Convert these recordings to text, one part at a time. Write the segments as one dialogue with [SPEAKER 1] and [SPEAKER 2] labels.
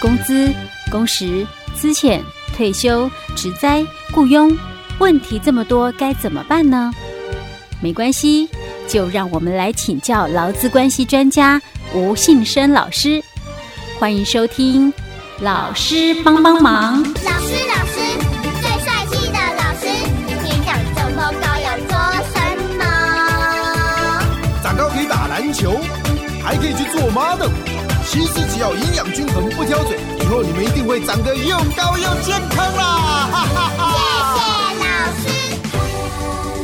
[SPEAKER 1] 工资、工时、资遣、退休、职灾、雇佣，问题这么多，该怎么办呢？没关系，就让我们来请教劳资关系专家吴信生老师。欢迎收听《老师帮帮忙》。
[SPEAKER 2] 老师，老师，最帅气的老师，你长这么高要做什么？
[SPEAKER 3] 长高可以打篮球，还可以去做 model。其实只要营养均衡，不挑嘴，以后你们一定会长得又高又健康啦！哈哈哈
[SPEAKER 2] 谢谢哎老师。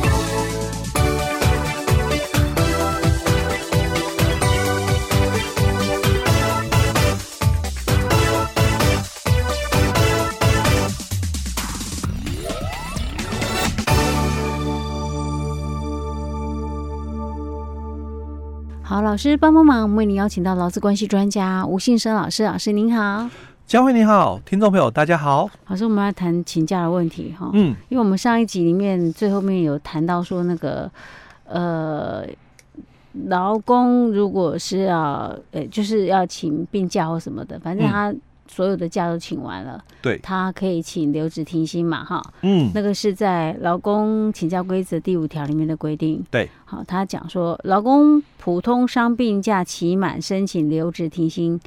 [SPEAKER 1] 好，老师帮帮忙，为您邀请到劳资关系专家吴信生老师。老师您好，
[SPEAKER 4] 佳慧你好，听众朋友大家好。
[SPEAKER 1] 老师，我们要谈请假的问题哈。
[SPEAKER 4] 嗯，
[SPEAKER 1] 因为我们上一集里面最后面有谈到说那个呃，劳工如果是要呃就是要请病假或什么的，反正
[SPEAKER 4] 嗯
[SPEAKER 1] 他所有的假都请完了，
[SPEAKER 4] 对，
[SPEAKER 1] 他可以请留职停薪嘛哈。
[SPEAKER 4] 嗯，
[SPEAKER 1] 那个是在《劳工请假规则》第五条里面的规定。
[SPEAKER 4] 对，
[SPEAKER 1] 好，他讲说，劳工普通伤病假期满申请留职停薪，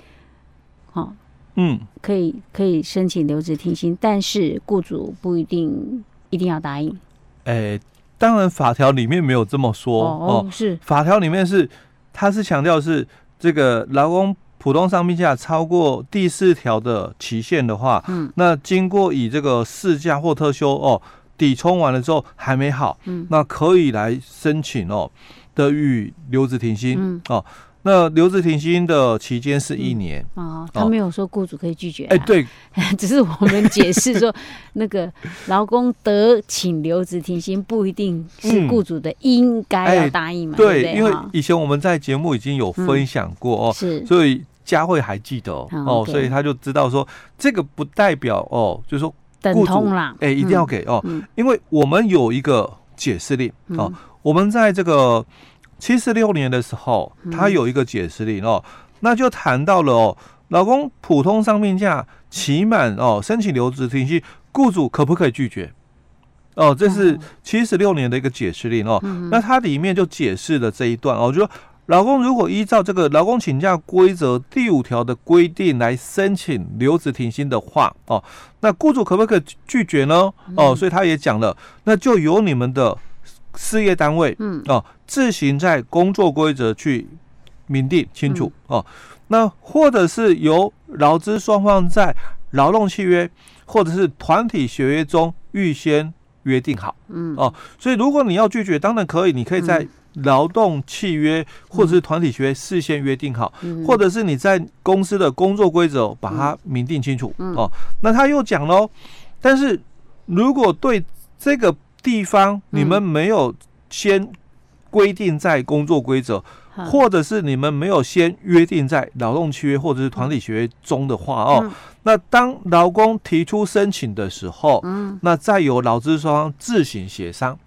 [SPEAKER 1] 好、
[SPEAKER 4] 嗯，
[SPEAKER 1] 可以可以申请留职停薪，但是雇主不一定一定要答应。
[SPEAKER 4] 诶，当然法条里面没有这么说
[SPEAKER 1] 哦，是
[SPEAKER 4] 法条里面是，它是强调是这个劳工普通伤病假超过第四条的期限的话，
[SPEAKER 1] 嗯，
[SPEAKER 4] 那经过以这个事假或特休哦抵充完了之后还没好，
[SPEAKER 1] 嗯，
[SPEAKER 4] 那可以来申请哦的予留职停薪、
[SPEAKER 1] 嗯
[SPEAKER 4] 哦。那留职停薪的期间是一年，
[SPEAKER 1] 哦，他
[SPEAKER 4] 哦
[SPEAKER 1] 没有说雇主可以拒绝、啊。
[SPEAKER 4] 哎、，对，
[SPEAKER 1] 只是我们解释说，那个劳工得请留职停薪，不一定是
[SPEAKER 4] 嗯
[SPEAKER 1] 雇主的应该要
[SPEAKER 4] 哎
[SPEAKER 1] 答应嘛，对
[SPEAKER 4] 对，
[SPEAKER 1] 不对？
[SPEAKER 4] 因为
[SPEAKER 1] 哈
[SPEAKER 4] 以前我们在节目已经有分享过哦，
[SPEAKER 1] 是
[SPEAKER 4] 所以佳慧还记得哦，
[SPEAKER 1] 嗯
[SPEAKER 4] 哦
[SPEAKER 1] OK
[SPEAKER 4] 所以他就知道说这个不代表哦，就是说
[SPEAKER 1] 等
[SPEAKER 4] 雇主
[SPEAKER 1] 同啦，
[SPEAKER 4] 哎、一定要给哦，
[SPEAKER 1] 嗯
[SPEAKER 4] 因为我们有一个解释令
[SPEAKER 1] 嗯
[SPEAKER 4] 哦，我们在这个七十六年的时候，它
[SPEAKER 1] 嗯
[SPEAKER 4] 有一个解释令哦，那就谈到了哦，老公普通伤病假期满哦，申请留职停薪，雇主可不可以拒绝？哦，这是
[SPEAKER 1] 哦
[SPEAKER 4] 七十六年的一个解释令哦，那它里面就解释了这一段哦，就说。老公如果依照这个《劳工请假规则》第五条的规定来申请留职停薪的话，哦，那雇主可不可以拒绝呢？哦，所以他也讲了，那就由你们的事业单位，
[SPEAKER 1] 嗯，
[SPEAKER 4] 哦，自行在工作规则去明定清楚、
[SPEAKER 1] 嗯
[SPEAKER 4] 哦。那或者是由劳资双方在劳动契约或者是团体协约中预先约定好，
[SPEAKER 1] 嗯，
[SPEAKER 4] 哦，所以如果你要拒绝，当然可以，你可以在
[SPEAKER 1] 嗯
[SPEAKER 4] 劳动契约或者是团体协约事先约定好，
[SPEAKER 1] 嗯
[SPEAKER 4] 或者是你在公司的工作规则把它明定清楚、
[SPEAKER 1] 嗯
[SPEAKER 4] 哦。那他又讲喽，但是如果对这个地方
[SPEAKER 1] 嗯
[SPEAKER 4] 你们没有先规定在工作规则，
[SPEAKER 1] 好
[SPEAKER 4] 或者是你们没有先约定在劳动契约或者是团体协约中的话哦，
[SPEAKER 1] 嗯
[SPEAKER 4] 那当劳工提出申请的时候，
[SPEAKER 1] 嗯，
[SPEAKER 4] 那再由劳资双方自行协商。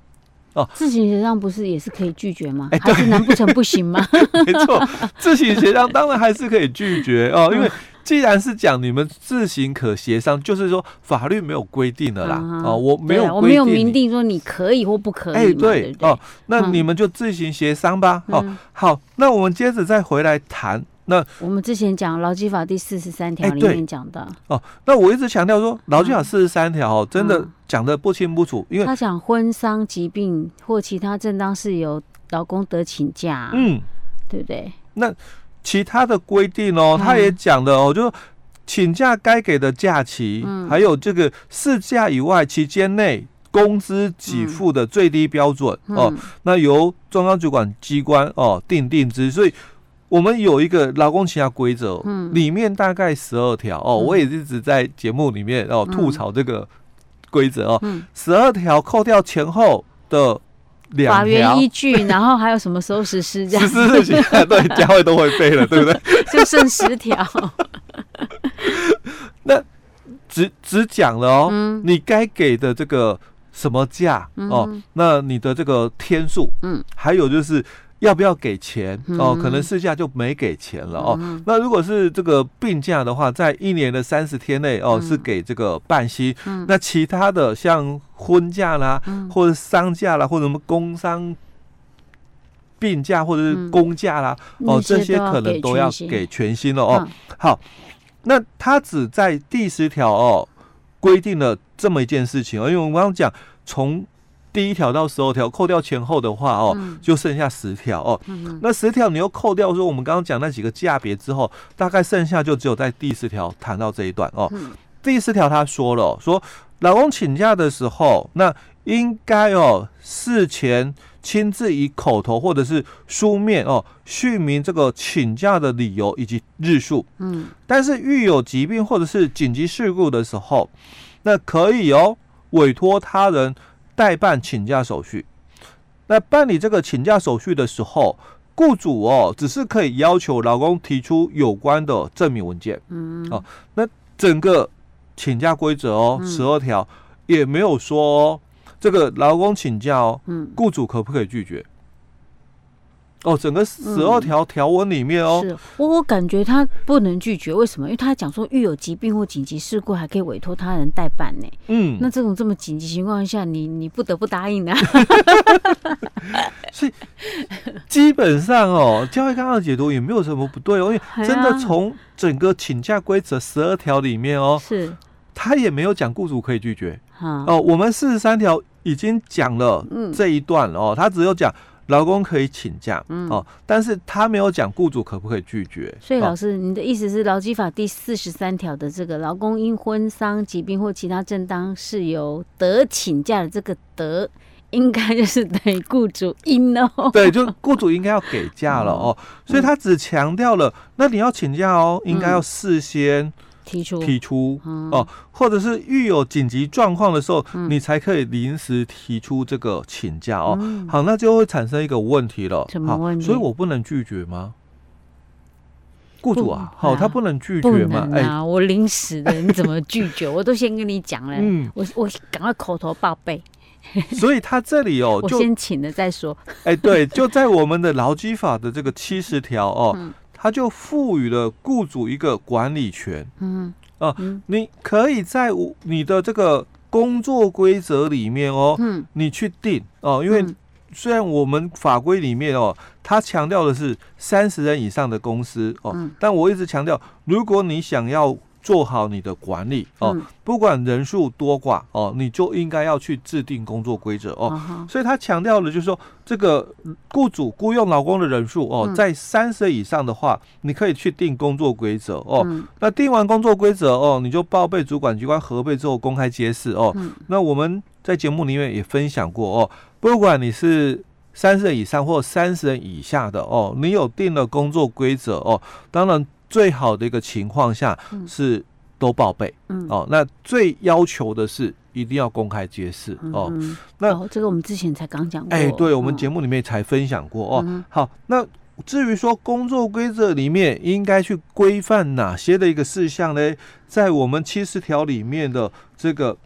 [SPEAKER 1] 自行协商不是也是可以拒绝吗？
[SPEAKER 4] 哎
[SPEAKER 1] 还是难不成不行 吗？
[SPEAKER 4] 没错，自行协商当然还是可以拒绝
[SPEAKER 1] 嗯
[SPEAKER 4] 哦，因为既然是讲你们自行可协商，就是说法律没有规 定的啦，
[SPEAKER 1] 啊
[SPEAKER 4] 哦，我没
[SPEAKER 1] 对
[SPEAKER 4] 有
[SPEAKER 1] 啊我
[SPEAKER 4] 规
[SPEAKER 1] 没有
[SPEAKER 4] 定
[SPEAKER 1] 明
[SPEAKER 4] 你。
[SPEAKER 1] 定说你可以或不可以嘛，
[SPEAKER 4] 哎，
[SPEAKER 1] 对
[SPEAKER 4] 对
[SPEAKER 1] 不对
[SPEAKER 4] 哦，，那
[SPEAKER 1] 嗯
[SPEAKER 4] 你们就自行协商吧。哦
[SPEAKER 1] 嗯，
[SPEAKER 4] 好，那我们接着再回来谈。那
[SPEAKER 1] 我们之前讲劳基法第四十三条
[SPEAKER 4] 哎
[SPEAKER 1] 里
[SPEAKER 4] 对
[SPEAKER 1] 面讲的，
[SPEAKER 4] 哦，那我一直强调说，劳基法四十三条哦，真的
[SPEAKER 1] 嗯
[SPEAKER 4] 讲的不清不楚， 因为
[SPEAKER 1] 他讲婚丧疾病或其他正当事由，劳工得请假，
[SPEAKER 4] 嗯，
[SPEAKER 1] 对不对？
[SPEAKER 4] 其他的规定哦，
[SPEAKER 1] 嗯
[SPEAKER 4] 他也讲了哦，就是请假该给的假期，
[SPEAKER 1] 嗯
[SPEAKER 4] 还有这个事假以外期间内工资给付的最低标准、哦，
[SPEAKER 1] 嗯，
[SPEAKER 4] 那由中央主管机关哦定定之，所以。我们有一个劳工请假规则，
[SPEAKER 1] 嗯
[SPEAKER 4] 里面大概十二条哦，
[SPEAKER 1] 嗯
[SPEAKER 4] 我也一直在节目里面哦
[SPEAKER 1] 嗯
[SPEAKER 4] 吐槽这个规则哦
[SPEAKER 1] 嗯，
[SPEAKER 4] 十二条扣掉前后的
[SPEAKER 1] 法
[SPEAKER 4] 两条
[SPEAKER 1] 源，啊依据，然后还有什么时候实施这
[SPEAKER 4] 是
[SPEAKER 1] 样，
[SPEAKER 4] 是是，对，佳慧都会背了，对不对？
[SPEAKER 1] 就剩十条，
[SPEAKER 4] 只只讲了 哦，
[SPEAKER 1] 嗯
[SPEAKER 4] 你该给的这个什么价、哦，那你的这个天数，
[SPEAKER 1] 嗯，
[SPEAKER 4] 还有就是要不要给钱哦，可能事假就没给钱了哦。
[SPEAKER 1] 嗯
[SPEAKER 4] 那如果是这个病假的话，在一年的三十天内
[SPEAKER 1] 嗯
[SPEAKER 4] 哦是给这个半薪，那其他的像婚假啦，
[SPEAKER 1] 嗯
[SPEAKER 4] 或者丧假啦，或者什么工伤。病假或者是公假啦，哦，
[SPEAKER 1] 那些
[SPEAKER 4] 这些
[SPEAKER 1] 嗯都要
[SPEAKER 4] 可能
[SPEAKER 1] 给嗯
[SPEAKER 4] 都
[SPEAKER 1] 全
[SPEAKER 4] 要
[SPEAKER 1] 薪
[SPEAKER 4] 给全薪了哦。好，那他只在第十条哦规定了这么一件事情哦，因为我们刚刚讲从第一条到十二条扣掉前后的话哦，
[SPEAKER 1] 嗯
[SPEAKER 4] 就剩下十条哦。那十条你又扣掉说我们刚刚讲那几个价别之后，大概剩下就只有在第十条谈到这一段哦。第四条他说了哦、说老公请假的时候，那应该哦事前亲自以口头或者是书面哦续明这个请假的理由以及日数。
[SPEAKER 1] 嗯，
[SPEAKER 4] 但是遇有疾病或者是紧急事故的时候，那可以哦委托他人代办请假手续。那办理这个请假手续的时候，雇主哦只是可以要求劳工提出有关的证明文件。嗯，哦，那整个请假规则
[SPEAKER 1] 嗯
[SPEAKER 4] 哦，十二条也没有说、哦、这个劳工请假哦，
[SPEAKER 1] 嗯，
[SPEAKER 4] 雇主可不可以拒绝？哦，整个十二条条文里面哦，
[SPEAKER 1] 嗯是我我感觉他不能拒绝，为什么？因为他讲说遇有疾病或紧急事故，还可以委托他人代办呢。
[SPEAKER 4] 嗯，哦
[SPEAKER 1] 那这种这么紧急情况下，你你不得不答应啊。
[SPEAKER 4] 基本上哦，教育刚刚的解读也没有什么不对哦，因
[SPEAKER 1] 哎
[SPEAKER 4] 为
[SPEAKER 1] 呀
[SPEAKER 4] 真的从整个请假规则十二条里面哦，
[SPEAKER 1] 是
[SPEAKER 4] 他也没有讲雇主可以拒绝
[SPEAKER 1] 哈，
[SPEAKER 4] 哦。我们四十三条已经讲了
[SPEAKER 1] 嗯
[SPEAKER 4] 这一段了哦，他只有讲劳工可以请假哦，但是他没有讲雇主可不可以拒绝。
[SPEAKER 1] 嗯所以
[SPEAKER 4] 哦
[SPEAKER 1] 老师，你的意思是劳基法第四十三条的这个劳工因婚丧、疾病或其他正当事由得请假的这个得，应该就是等于雇主应哦。
[SPEAKER 4] 对，就雇主应该要给假了
[SPEAKER 1] 嗯
[SPEAKER 4] 哦，所以他只强调了，那你要请假哦，
[SPEAKER 1] 嗯
[SPEAKER 4] 应该要事先
[SPEAKER 1] 提出
[SPEAKER 4] 提出哦，或者是遇有紧急状况的时候，
[SPEAKER 1] 嗯
[SPEAKER 4] 你才可以临时提出这个请假哦。好，那就会产生一个问题了，
[SPEAKER 1] 嗯什么
[SPEAKER 4] 好
[SPEAKER 1] 问题
[SPEAKER 4] 所以我不能拒绝吗？雇主啊，
[SPEAKER 1] 不
[SPEAKER 4] 好，他
[SPEAKER 1] 啊
[SPEAKER 4] 不能拒
[SPEAKER 1] 不
[SPEAKER 4] 绝吗
[SPEAKER 1] 能？
[SPEAKER 4] 哎，
[SPEAKER 1] 啊，我临时的，你怎么拒绝？我都先跟你讲了，
[SPEAKER 4] 嗯
[SPEAKER 1] 我我赶快口头报备，
[SPEAKER 4] 哎所以他这里哦，
[SPEAKER 1] 我
[SPEAKER 4] 就
[SPEAKER 1] 先请了再说。
[SPEAKER 4] 哎，对，就在我们的劳基法的这个七十条哦，它就赋予了雇主一个管理权。嗯，啊，你可以在我你的这个工作规则里面哦，
[SPEAKER 1] 嗯，
[SPEAKER 4] 你去定哦，因为
[SPEAKER 1] 嗯
[SPEAKER 4] 虽然我们法规里面哦，它强调的是三十人以上的公司哦，但我一直强调，如果你想要做好你的管理哦，
[SPEAKER 1] 嗯
[SPEAKER 4] 不管人数多寡哦，你就应该要去制定工作规则哦。
[SPEAKER 1] 啊哈
[SPEAKER 4] 所以他强调了，就是说这个雇主雇佣劳工的人数
[SPEAKER 1] 嗯
[SPEAKER 4] 哦，在三十以上的话，你可以去定工作规则
[SPEAKER 1] 嗯
[SPEAKER 4] 哦。那定完工作规则哦，你就报备主管机关核备之后公开揭示哦。
[SPEAKER 1] 嗯
[SPEAKER 4] 那我们在节目里面也分享过哦，不管你是。三十人以上或三十人以下的哦，你有定了工作规则哦，当然最好的一个情况下是都报备、
[SPEAKER 1] 嗯
[SPEAKER 4] 哦。那最要求的是一定要公开揭示哦。
[SPEAKER 1] 嗯
[SPEAKER 4] 那
[SPEAKER 1] 哦这个我们之前才刚讲过。
[SPEAKER 4] 哎，对，我们
[SPEAKER 1] 嗯
[SPEAKER 4] 节目里面才分享过哦。好，那至于说工作规则里面应该去规范哪些的一个事项呢？在我们七十条里面的这个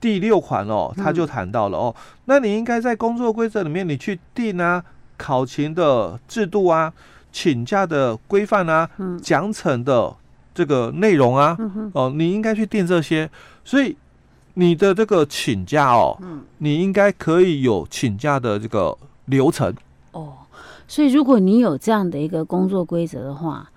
[SPEAKER 4] 第六款哦，他就谈到了哦，那你应该在工作规则里面你去定啊，考勤的制度啊，请假的规范啊，奖惩的这个内容啊，哦，你应该去定这些，所以。你的这个请假哦，你应该可以有请假的这个流程，
[SPEAKER 1] 哦，所以如果你有这样的一个工作规则的话，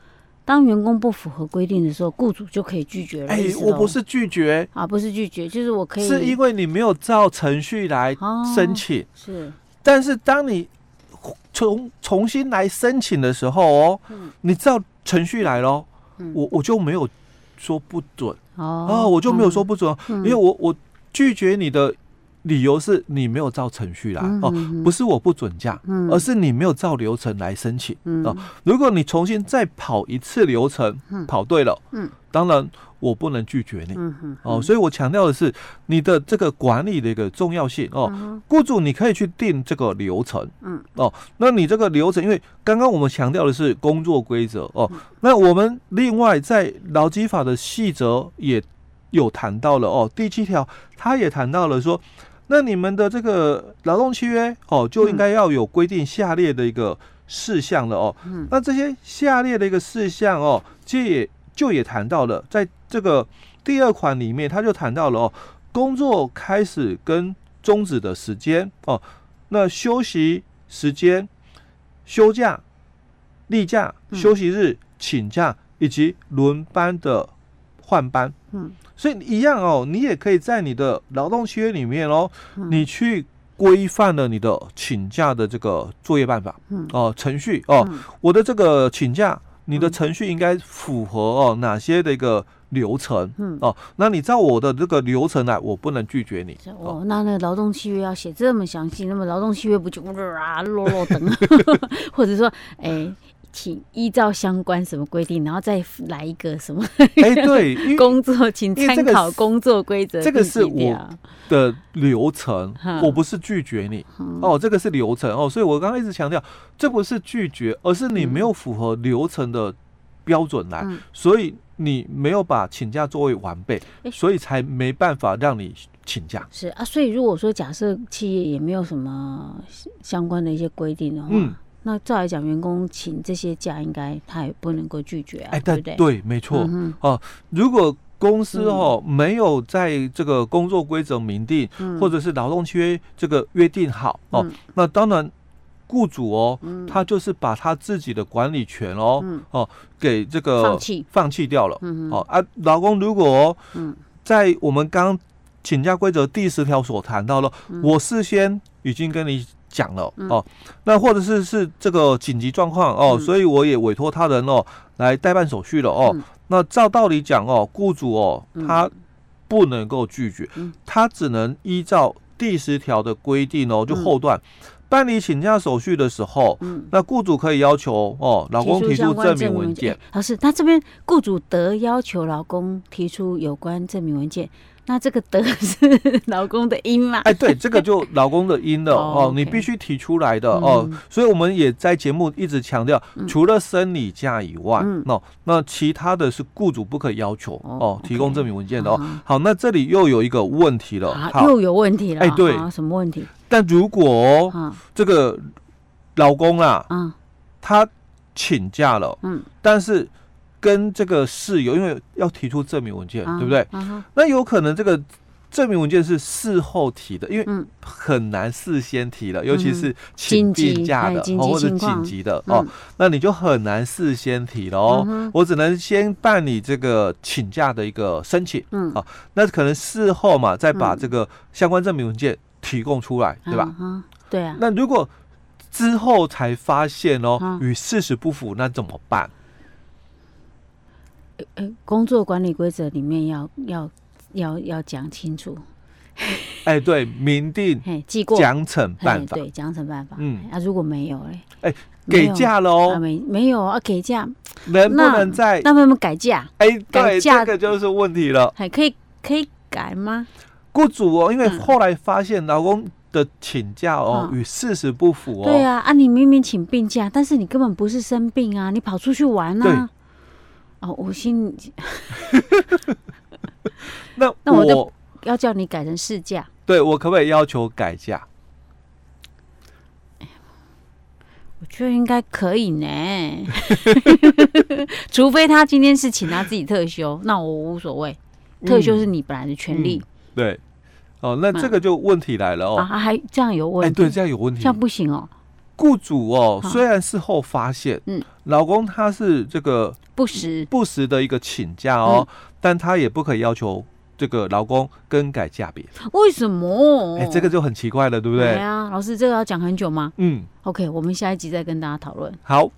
[SPEAKER 1] 当员工不符合规定的时候，雇主就可以拒绝了。
[SPEAKER 4] 哎、
[SPEAKER 1] 意思
[SPEAKER 4] 我
[SPEAKER 1] 咯
[SPEAKER 4] 不是拒绝，
[SPEAKER 1] 啊，不是拒绝，就是我哦可以
[SPEAKER 4] 是因为你没有照程序来
[SPEAKER 1] 哦
[SPEAKER 4] 申请。
[SPEAKER 1] 是
[SPEAKER 4] 但是当你重重新来申请的时候哦，
[SPEAKER 1] 嗯
[SPEAKER 4] 你照程序来咯，我我就没有说不准
[SPEAKER 1] 哦嗯
[SPEAKER 4] 哦，我就没有说不准，因为我我拒绝你的理由是你没有照程序来、
[SPEAKER 1] 嗯
[SPEAKER 4] 哦，不是我不准假，而是你没有照流程来申请、
[SPEAKER 1] 嗯
[SPEAKER 4] 哦。如果你重新再跑一次流程，跑对了，
[SPEAKER 1] 嗯
[SPEAKER 4] 当然我不能拒绝你。
[SPEAKER 1] 嗯哼
[SPEAKER 4] 哦，所以我强调的是你的这个管理的一个重要性哦。雇主你可以去定这个流程，
[SPEAKER 1] 嗯，
[SPEAKER 4] 哦，那你这个流程，因为刚刚我们强调的是工作规则哦，
[SPEAKER 1] 嗯
[SPEAKER 4] 那我们另外在劳基法的细则也有谈到了哦，第七条它也谈到了说，那你们的这个劳动契约
[SPEAKER 1] 嗯
[SPEAKER 4] 哦，就应该要有规定下列的一个事项了哦。
[SPEAKER 1] 嗯
[SPEAKER 4] 那这些下列的一个事项哦，这也就也谈到了，在这个第二款里面，他就谈到了哦，工作开始跟终止的时间哦，那休息时间、休假、例假、
[SPEAKER 1] 嗯
[SPEAKER 4] 休息日、请假以及轮班的换班。
[SPEAKER 1] 嗯，
[SPEAKER 4] 所以一样哦，你也可以在你的劳动契约里面哦，
[SPEAKER 1] 嗯
[SPEAKER 4] 你去规范了你的请假的这个作业办法，
[SPEAKER 1] 嗯
[SPEAKER 4] 哦、程序哦，
[SPEAKER 1] 嗯
[SPEAKER 4] 我的这个请假，你的
[SPEAKER 1] 嗯
[SPEAKER 4] 程序应该符合哦哪些的一个流程
[SPEAKER 1] 嗯，
[SPEAKER 4] 哦？那你照我的这个流程啊来，我不能拒绝 你。哦
[SPEAKER 1] 哦，那那个劳动契约要写这么详细，那么劳动契约不就啊落落等， 或者说，哎，请依照相关什么规定，然后再来一个什么
[SPEAKER 4] 哎、对，因为
[SPEAKER 1] 工作，请
[SPEAKER 4] 因为这
[SPEAKER 1] 参
[SPEAKER 4] 个
[SPEAKER 1] 考
[SPEAKER 4] 是
[SPEAKER 1] 工作规则
[SPEAKER 4] 这个
[SPEAKER 1] 第几
[SPEAKER 4] 是我
[SPEAKER 1] 条。
[SPEAKER 4] 的流程
[SPEAKER 1] 哈，
[SPEAKER 4] 我不是拒绝你
[SPEAKER 1] 嗯
[SPEAKER 4] 哦，这个是流程哦，所以我刚刚一直强调，这不是拒绝，而是你没有符合流程的标准来，
[SPEAKER 1] 嗯
[SPEAKER 4] 所以你没有把请假作为完备，
[SPEAKER 1] 诶
[SPEAKER 4] 所以才没办法让你请假。
[SPEAKER 1] 是啊，所以如果说假设企业也没有什么相相关的一些规定的话，
[SPEAKER 4] 嗯，
[SPEAKER 1] 那照来讲，员工请这些假，应该他也不能够拒绝啊，
[SPEAKER 4] 哎，
[SPEAKER 1] 对
[SPEAKER 4] 但
[SPEAKER 1] 不对？
[SPEAKER 4] 对，没错，哦
[SPEAKER 1] 嗯
[SPEAKER 4] 如果公司哦、没有在这个工作规则明定、
[SPEAKER 1] 哼，
[SPEAKER 4] 或
[SPEAKER 1] 者
[SPEAKER 4] 者是劳动契约这个约定好哦，
[SPEAKER 1] 嗯
[SPEAKER 4] 那当然雇主哦，
[SPEAKER 1] 嗯
[SPEAKER 4] 他就是把他自己的管理权哦、
[SPEAKER 1] 嗯
[SPEAKER 4] 哦给这个
[SPEAKER 1] 放弃
[SPEAKER 4] 放弃掉了、
[SPEAKER 1] 嗯
[SPEAKER 4] 哦啊，劳工如果、哦、
[SPEAKER 1] 嗯
[SPEAKER 4] 在我们刚请假规则第十条所谈到了，
[SPEAKER 1] 嗯
[SPEAKER 4] 我事先已经跟你讲了、哦，那或者是是这个紧急状况哦，
[SPEAKER 1] 嗯
[SPEAKER 4] 所以我也委托他人哦来代办手续了哦。
[SPEAKER 1] 嗯
[SPEAKER 4] 那照道理讲哦，雇主哦
[SPEAKER 1] 嗯
[SPEAKER 4] 他不能够拒绝，
[SPEAKER 1] 嗯
[SPEAKER 4] 他只能依照第十条的规定哦，就后段、办理请假手续的时候。
[SPEAKER 1] 嗯，
[SPEAKER 4] 那雇主可以要求哦，老公提出
[SPEAKER 1] 相关
[SPEAKER 4] 证明文件
[SPEAKER 1] 哎，老师，那这边雇主得要求劳工提出有关证明文件，那这个得 是劳工的音嘛？
[SPEAKER 4] 哎，对，这个就老公的音了
[SPEAKER 1] 哦
[SPEAKER 4] 哦，你
[SPEAKER 1] OK
[SPEAKER 4] 必须提出来的哦
[SPEAKER 1] 嗯。
[SPEAKER 4] 所以我们也在节目一直强调，除了生理假以外
[SPEAKER 1] 嗯，
[SPEAKER 4] 那那其他的是雇主不可要求
[SPEAKER 1] 哦
[SPEAKER 4] 哦，提供
[SPEAKER 1] OK
[SPEAKER 4] 证明文件的哦
[SPEAKER 1] 啊。
[SPEAKER 4] 好，那这里又有一个问题了，
[SPEAKER 1] 啊，
[SPEAKER 4] 好，
[SPEAKER 1] 又有问题了。
[SPEAKER 4] 哎对哦
[SPEAKER 1] 啊什么问题？
[SPEAKER 4] 但如果
[SPEAKER 1] 啊
[SPEAKER 4] 这个老公啊，
[SPEAKER 1] 啊，
[SPEAKER 4] 他请假了，
[SPEAKER 1] 嗯，
[SPEAKER 4] 但是跟这个室友，因为要提出证明文件，
[SPEAKER 1] 啊
[SPEAKER 4] 对不对？？
[SPEAKER 1] 啊哈
[SPEAKER 4] 那有可能这个证明文件是事后提的，因为
[SPEAKER 1] 嗯
[SPEAKER 4] 很难事先提了，尤其是
[SPEAKER 1] 紧
[SPEAKER 4] 请
[SPEAKER 1] 急
[SPEAKER 4] 病假的
[SPEAKER 1] 哎紧
[SPEAKER 4] 哦
[SPEAKER 1] 急
[SPEAKER 4] 或者
[SPEAKER 1] 情况
[SPEAKER 4] 紧急的哦
[SPEAKER 1] 嗯，
[SPEAKER 4] 那你就很难事先提了哦。
[SPEAKER 1] 嗯哼
[SPEAKER 4] 我只能先办理这个请假的一个申请，
[SPEAKER 1] 嗯
[SPEAKER 4] 好那可能事后嘛再把
[SPEAKER 1] 嗯
[SPEAKER 4] 这个相关证明文件提供出来，对吧？
[SPEAKER 1] 啊哈对啊，
[SPEAKER 4] 那如果之后才发现哦
[SPEAKER 1] 嗯
[SPEAKER 4] 与事实不符，那怎么办？
[SPEAKER 1] 呃，工作管理规则里面要要要要讲清楚，
[SPEAKER 4] 哎，对，明定
[SPEAKER 1] 嘿，记过
[SPEAKER 4] 奖惩
[SPEAKER 1] 嘿
[SPEAKER 4] 办法，
[SPEAKER 1] 对，奖惩办法，
[SPEAKER 4] 嗯
[SPEAKER 1] 嗯，啊，如果没有嘞，
[SPEAKER 4] 哎
[SPEAKER 1] 没
[SPEAKER 4] 给
[SPEAKER 1] 有
[SPEAKER 4] 假了
[SPEAKER 1] 啊
[SPEAKER 4] 哦，
[SPEAKER 1] 没没有啊，给假，
[SPEAKER 4] 能不
[SPEAKER 1] 那
[SPEAKER 4] 能在
[SPEAKER 1] 那他们改价，
[SPEAKER 4] 哎，
[SPEAKER 1] 改
[SPEAKER 4] 对，
[SPEAKER 1] 价
[SPEAKER 4] 这个就是问题了。
[SPEAKER 1] 还可以可以改吗？
[SPEAKER 4] 雇主哦，因为
[SPEAKER 1] 嗯
[SPEAKER 4] 后来发现老公的请假哦
[SPEAKER 1] 嗯
[SPEAKER 4] 与事实不符哦，
[SPEAKER 1] 对啊，啊，你明明请病假，但是你根本不是生病啊，你跑出去玩啊。哦，我心
[SPEAKER 4] 那
[SPEAKER 1] 那我
[SPEAKER 4] 我
[SPEAKER 1] 就要叫你改成事假，
[SPEAKER 4] 对我可不可以要求改假？
[SPEAKER 1] 我觉得应该可以呢， 除非他今天是请他自己特休，那我无所谓，特休
[SPEAKER 4] 嗯
[SPEAKER 1] 是你本来的权利，
[SPEAKER 4] 对，哦，那
[SPEAKER 1] 嗯
[SPEAKER 4] 这个就问题来了
[SPEAKER 1] 啊，
[SPEAKER 4] 哦。
[SPEAKER 1] 还这样有
[SPEAKER 4] 哎，
[SPEAKER 1] 问题？
[SPEAKER 4] 对，这样有问
[SPEAKER 1] 这
[SPEAKER 4] 题。
[SPEAKER 1] 样不行哦，
[SPEAKER 4] 雇主哦，
[SPEAKER 1] 好
[SPEAKER 4] 虽然事后发现，
[SPEAKER 1] 嗯，
[SPEAKER 4] 老公他是这个
[SPEAKER 1] 不实。
[SPEAKER 4] 不时的一个请假
[SPEAKER 1] 嗯
[SPEAKER 4] 哦，但他也不可以要求这个老公更改价别。
[SPEAKER 1] 为什么？
[SPEAKER 4] 哎，这个就很奇怪了，对不
[SPEAKER 1] 哦对啊
[SPEAKER 4] 对？
[SPEAKER 1] 啊，老师，这个要讲很久吗
[SPEAKER 4] 嗯，
[SPEAKER 1] ？OK，我们下一集再跟大家讨论。
[SPEAKER 4] 好，